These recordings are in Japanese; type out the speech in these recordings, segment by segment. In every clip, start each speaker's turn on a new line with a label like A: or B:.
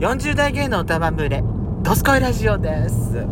A: 40代芸能歌番組で「ドスコイラジオ」です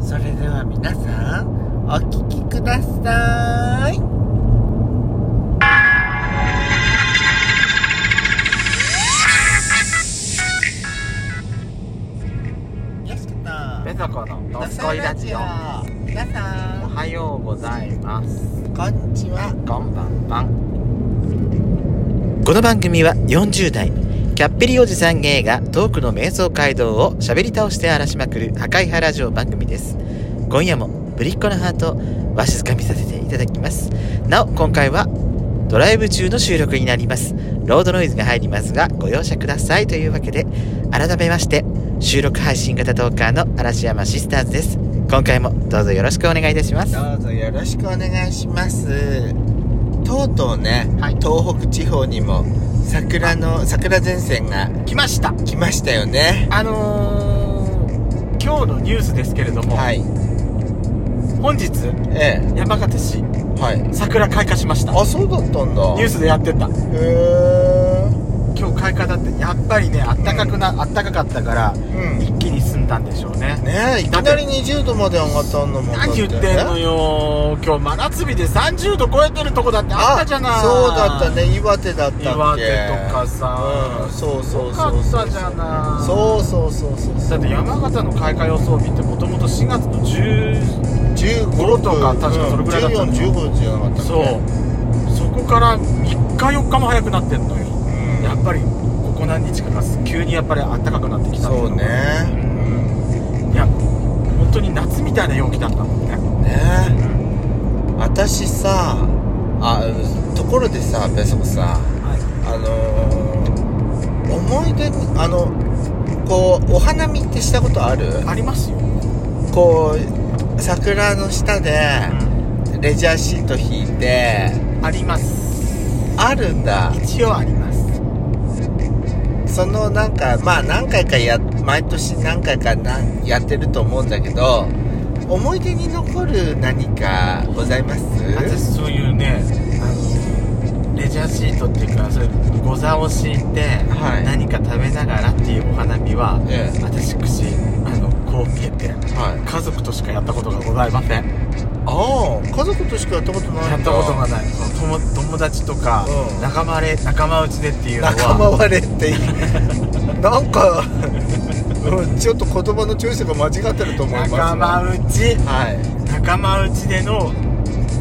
B: それでは皆さんお聞きくださいよしか
A: ベ
B: と
A: ゾコの「ドスコイラジオ」
B: 皆さ
A: お
B: ん
A: はようございます
B: こんにちは
A: こんばんはこの番組は40代キャッピリおじさん芸がトークの瞑想街道をしゃべり倒して荒らしまくる破壊派ラジオ番組です今夜もぶりっ子のハートをわしづかみさせていただきますなお今回はドライブ中の収録になりますロードノイズが入りますがご容赦くださいというわけで改めまして収録配信型トーカーの嵐山シスターズです今回もどうぞよろしくお願いいたします
B: どうぞよろしくお願いしますとうとうね、
A: はい
B: 東北地方にも桜の桜前線が
A: 来ました
B: 来ましたよね
A: あのー、今日のニュースですけれども、
B: はい
A: 本日
B: ええ
A: 山形市
B: はい
A: 桜開花しました
B: あそうだったんだ
A: ニュースでやってた
B: へえ
A: 今日開花だってやっぱりねあったかくな、あったかかったから
B: うん
A: 一気に済んだんでしょうね
B: ねえいき
A: だ
B: な
A: って
B: り20度まで上がったんだもんだ
A: 何言ってんのよ今日真夏日で30度超えてるとこだってあったじゃない
B: そうだったね岩手だったっけ
A: 岩手とかさ
B: うん、そうそう
A: よ
B: そ
A: か
B: うそう
A: ったじゃない
B: そうそうそうそうそう
A: だって山形の開花予想日ってもともと4月の10
B: 15
A: とか確かそれぐらいだった
B: うん、1415じゃなかったっけ
A: そうそこから3日4日も早くなってんのよ
B: うん
A: やっぱりここ何日かが急にやっぱり暖かくなってきたんだけ
B: そ
A: ど
B: うね
A: いや本当に夏みたいな陽気だったもんね
B: ね私さあところでさベソコさ
A: は
B: あのー、思い出にあのこうお花見ってしたことある
A: いありますよ、
B: こう桜の下でレジャーシート引いて
A: あります
B: あるんだ
A: 一応あります
B: そのなんかまあ何回かや毎年何回かなやってると思うんだけど思い出に残る何かございます
A: 私そういうねあのレジャーシートっていうかそういうご座を敷いて、
B: はい
A: 何か食べながらっていうお花見は、
B: ええ
A: 私私あのこう見えて
B: はい
A: 家族としかやったことがございません
B: ああ家族としかやったことないんだ
A: やったことがない友友達とか、
B: うん
A: 仲間れ仲間内でっていうのは
B: 仲間割れっていいなんか、うん、ちょっと言葉のチョイスが間違ってると思います
A: 仲間内
B: はい
A: 仲間内での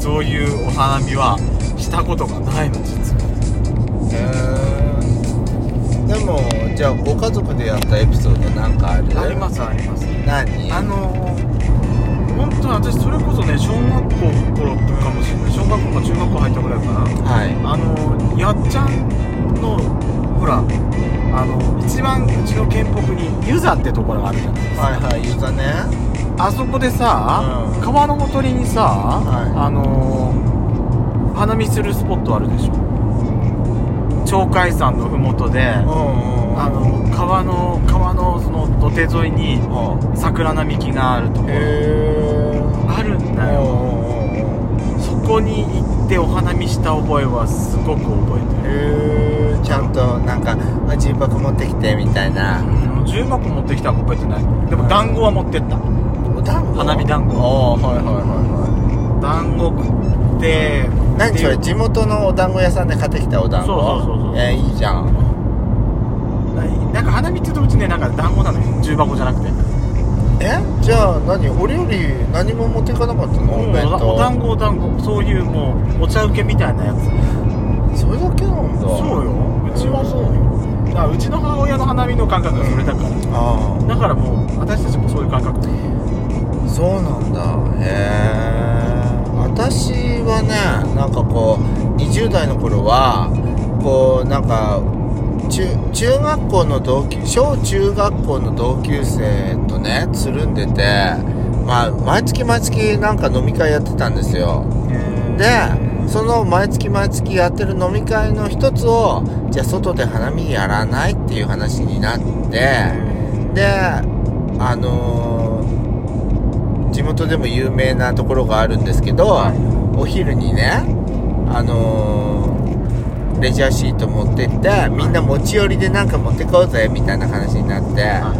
A: そういうお花見はしたことがないの実は
B: えー、でもじゃあご家族でやったエピソードなんかある
A: ありますあります
B: 何
A: あの本当に私それこそね小学校の頃かもしれない小学校か中学校入ったぐらいか
B: はい
A: なあのやっちゃんのほらあの一番うちの県北に湯沢ってところがあるじゃない
B: はいはい言うたね
A: あそこでさ、
B: うん
A: 川のほとりにさ、
B: い
A: あのー花見するスポットあるでしょ鳥海山の麓で、
B: うんうんうん
A: あの川の川のその土手沿いに桜並木があるとこ
B: へ
A: ろ
B: え
A: あるん
B: うん
A: だよ
B: うんうんうん
A: そこに行ってお花見した覚えはすごく覚えてる
B: へえちゃんとなんかあ重箱持ってきてみたいな
A: うん重箱持ってきたの覚えてないでも団子は持ってった
B: お団
A: 花火団子
B: ああはいはいはいは
A: 団子食って
B: い何そ
A: っ
B: れ
A: て
B: 地元のお団子屋さんで買ってきたお団子
A: そうそうそうそう
B: えー、いいじゃん
A: いうなんか花見って言うとうちねなんか団子なのよ重箱じゃなくて
B: えじゃあ何お料理何も持っていかなかったの
A: もう
B: お弁当
A: お団子お団子そういうもうお茶受けみたいなやつ
B: それだけなんだ
A: そうようちはそうよだからうちの母親の花見の感覚がそれだから、
B: あ
A: だからもう私たちもそういう感覚
B: あそうなんだへえ私はねなんかこう20代の頃はこうなんか中中学校の同級小中学校の同級生とねつるんでてまあ毎月毎月なんか飲み会やってたんですよでその毎月毎月やってる飲み会の一つをじゃあ外で花見やらないっていう話になってであのー地元でも有名なところがあるんですけど、お昼にねあのーレジャーシート持ってってみんな持ち寄りでなんか持ってこうぜみたいな話になってで、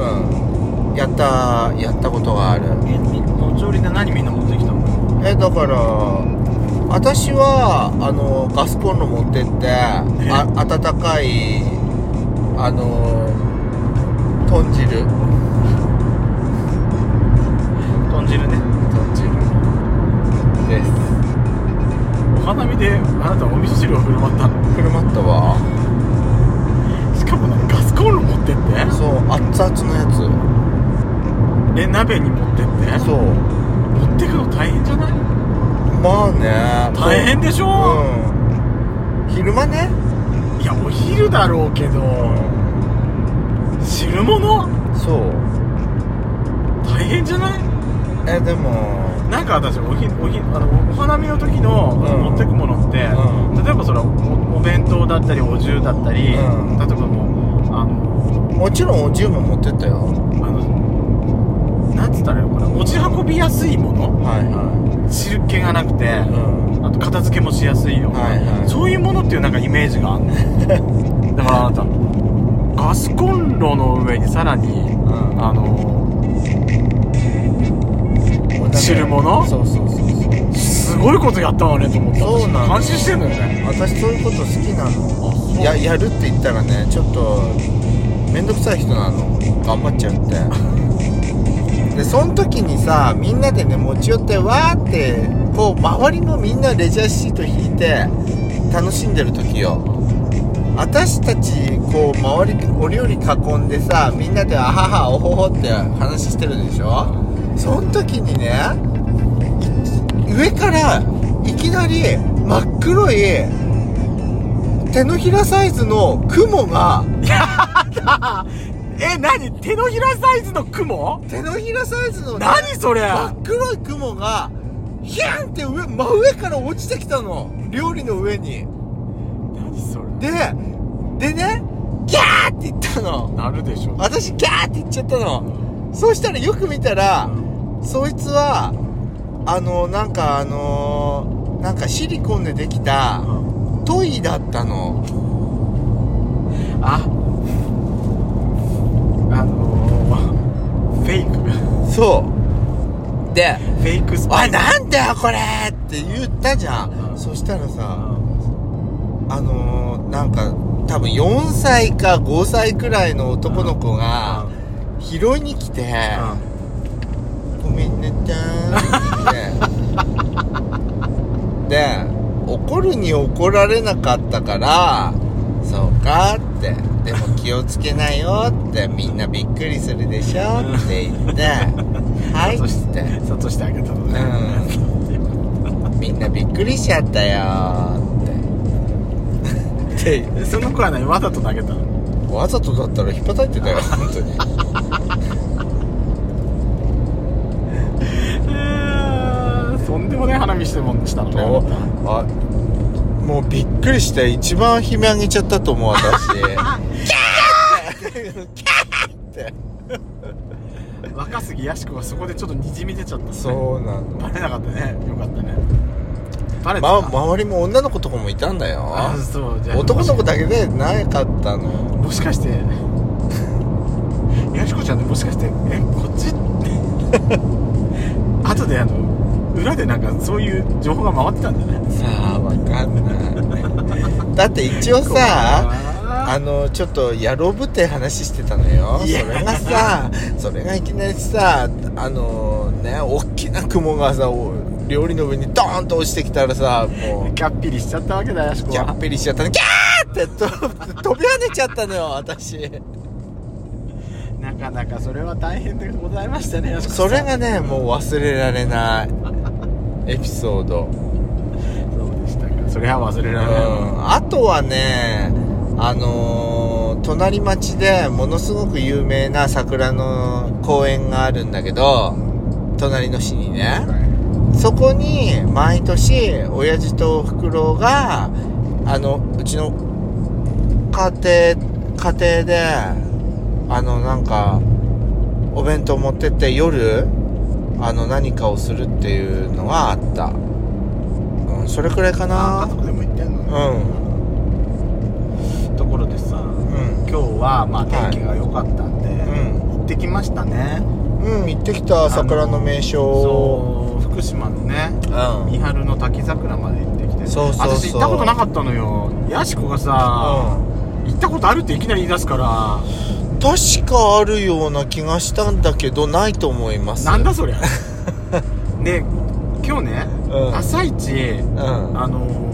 B: うんやったやったことがある
A: え持ち寄りで何みんな持ってきたの
B: えだから私はあのガスコンロ持ってって あ温かいあの豚汁
A: 豚汁ね
B: 豚汁です
A: お花見であなたお味噌汁を振る舞ったの
B: 振る舞ったわ
A: しかもなんかガスコンロ持ってって
B: そう熱々のや
A: え鍋に持ってって
B: つそう
A: 持ってくの大変じゃない
B: まあね
A: 大変でしょ、
B: うん昼間ね
A: いやお昼だろうけど汁物
B: そう
A: 大変じゃない
B: えでも
A: なんか私おひおひあのお花見の時の、
B: うん
A: 持ってくものって、
B: う
A: 例えばそれはおお弁当だったりお重だったり、
B: うん
A: 例えばもうあの
B: もちろんお重も持ってったよ
A: あのなんつったらいいのかな持ち運びやすいもの
B: はいは
A: 汁気がなくて、
B: いうん
A: あと片付けもしやすいよ、
B: はいはい
A: そういうものっていうなんかイメージがあんね だからあなたガスコンロの上にさらに、
B: ん
A: あの
B: だから
A: 汁物
B: そうそうそうそう
A: すごいことやったわねと思った
B: そうなんだ
A: 感心してんのよね
B: 私そういうこと好きなの
A: あ
B: ややるって言ったらねちょっと面倒くさい人なの頑張っちゃってでその時にさみんなでね持ち寄ってわーってこう周りのみんなレジャーシート引いて楽しんでる時よ私たちこう周りお料理囲んでさみんなで「あははおほほ」って話してるでしょその時にね上からいきなり真っ黒い手のひらサイズの雲が
A: え何手のひらサイズの雲
B: 手のひらサイズのね
A: 何それ
B: 真っ黒い雲がヒャンって上真上から落ちてきたの料理の上に
A: 何それ
B: ででねギャーって言ったの
A: なるでしょ
B: 私ギャーって言っちゃったのそうしたらよく見たらそいつはあのなんかあのなんかシリコンでできたトイだったの
A: ああのー、フェイクフ
B: そうで
A: ェイクス
B: 「お
A: パ
B: い
A: イク
B: なんだよこれ!」って言ったじゃん、
A: うん
B: そしたらさあのー、なんか多分4歳か5歳くらいの男の子が拾いに来て「ごめんねちゃん」って言って で怒るに怒られなかったから「そうか」って「でも気をつけなよ」って「みんなびっくりするでしょ」って言って「はい」っ
A: そ
B: つ
A: し
B: ってて
A: そっとしてあげたのね、
B: みんなびっくりしちゃったよ ってで
A: で その子はねわざと投げたの
B: わざとだったら引っ叩いてたよ本 当に
A: そんでもね花見してもんしたのね
B: おあもうびっくりして一番悲鳴あげちゃったと思う私キャーキャーって
A: 若杉やし子はそこでちょっとにじみ出ちゃったのね
B: そうなの
A: バレなかったねよかったねバレて
B: ま
A: た、
B: 周りも女の子とかもいたんだよ
A: あそうじゃあ
B: 男の子だけでなかったの
A: もしかしてやしこちゃんでもしかしてえこっち あとであの裏でなんかそういう情報が回ってたんじゃない
B: さあわかんない だって一応さあのちょっと野郎ぶって話してたのよそ
A: いや
B: れがさそれがいきなりさあのね大きな雲がさお料理の上にドーンと落ちてきたらさもう
A: キャッピリしちゃったわけだやしこ
B: ギャッ
A: は
B: ペリしちゃったねギャーってと 飛び跳ねちゃったのよ私
A: なかなかそれは大変でございましたねやしこさ
B: そ
A: ん
B: れがねもう忘れられないエピソード
A: そうでしたかそれは忘れ
B: う
A: られないわ
B: んあとはねあのー隣町でものすごく有名な桜の公園があるんだけど隣の市にねそこに毎年親父とおふくろがあのうちの家庭家庭であのなんかお弁当持ってって夜あの何かをするっていうのがあった、うん、それくらいか
A: あ
B: な
A: 家族でも言ってんのね
B: う
A: ところでさ
B: んうん
A: 今日今日はまあ天気が良かったんで、
B: ん
A: 行ってきましたね
B: うん行ってきた桜の名所
A: そう福島のね
B: うん
A: 三春の滝桜まで行ってきて
B: そうそうそう
A: 私行ったことなかったのよやしこがさ、行ったことあるっていきなり言い出すから
B: 確かあるような気がしたんだけどないと思います
A: なんだそ りゃで今日ね、
B: うん
A: 朝一
B: うんは
A: あのー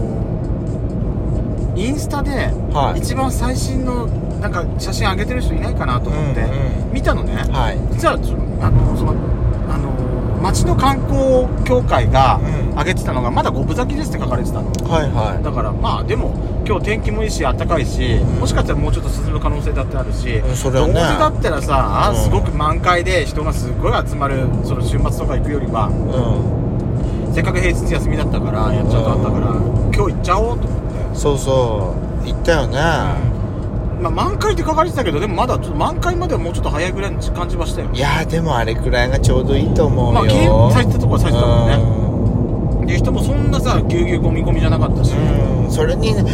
A: インスタで
B: はい
A: 一番最新のなんか写真上げてる人いないかなと思って、
B: うんう
A: 見たのね、
B: い
A: 実はそのあのそのあの町の観光協会が
B: うん
A: 上げてたのが、まだ五分咲きですって書かれてたの
B: はいは
A: だからまあでも今日天気もいいし暖かいし、
B: ん
A: もしかしたらもうちょっと進む可能性だってあるし、
B: うんそれはね
A: どうせだったらさ、
B: うん
A: すごく満開で人がすごい集まるその週末とか行くよりはい
B: うん
A: せっかく平日休みだったからやっちゃうとあったから、今日行っちゃおうと思って。
B: そうそう行ったよね
A: まあ、満開って書かれてたけどでもまだちょっと満開まではもうちょっと早いぐらいの感じましたよ
B: いやーでもあれくらいがちょうどいいと思うよ
A: まあゲームされてたとこはされてたもんね
B: ね
A: で人もそんなさぎゅうぎゅうゴミゴミじゃなかった
B: う
A: し、
B: んそれにね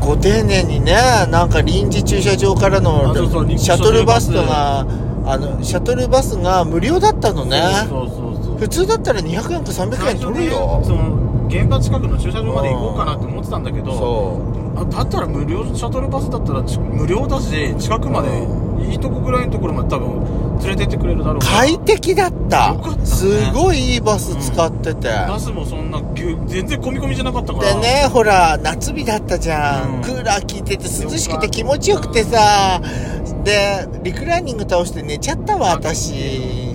B: ご丁寧にねなんか臨時駐車場からの
A: あそうそう臨時
B: シ
A: 駐
B: ャ
A: 車場
B: トルバスとがあのシャトルバスが無料だったのね
A: そうそうそうそう
B: 普通だったら200円か300円取るよ
A: 最初ねその現場近くの駐車場まで行こうかなって思ってたんだけど
B: そ
A: あだったら無料シャトルバスだったらち無料だし近くまでいいとこぐらいのところまで多分連れてってくれるだろう
B: う
A: から
B: 快適だった
A: よかったね
B: すごいいいバス使ってて、
A: バスもそんなぎゅう全然込み込みじゃなかったから
B: でねほら夏日だったじゃん、
A: うん
B: クーラー効いてて涼しくて気持ちよくてさでリクライニング倒して寝ちゃったわ私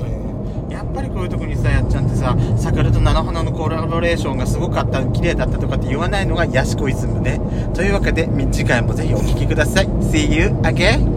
A: やっぱりこういうとこにさやっちゃんってさ桜と菜の花のコラボレーションがすごかった綺麗だったとかって言わないのがヤシコイズムねというわけで次回もぜひお聴きください See you again!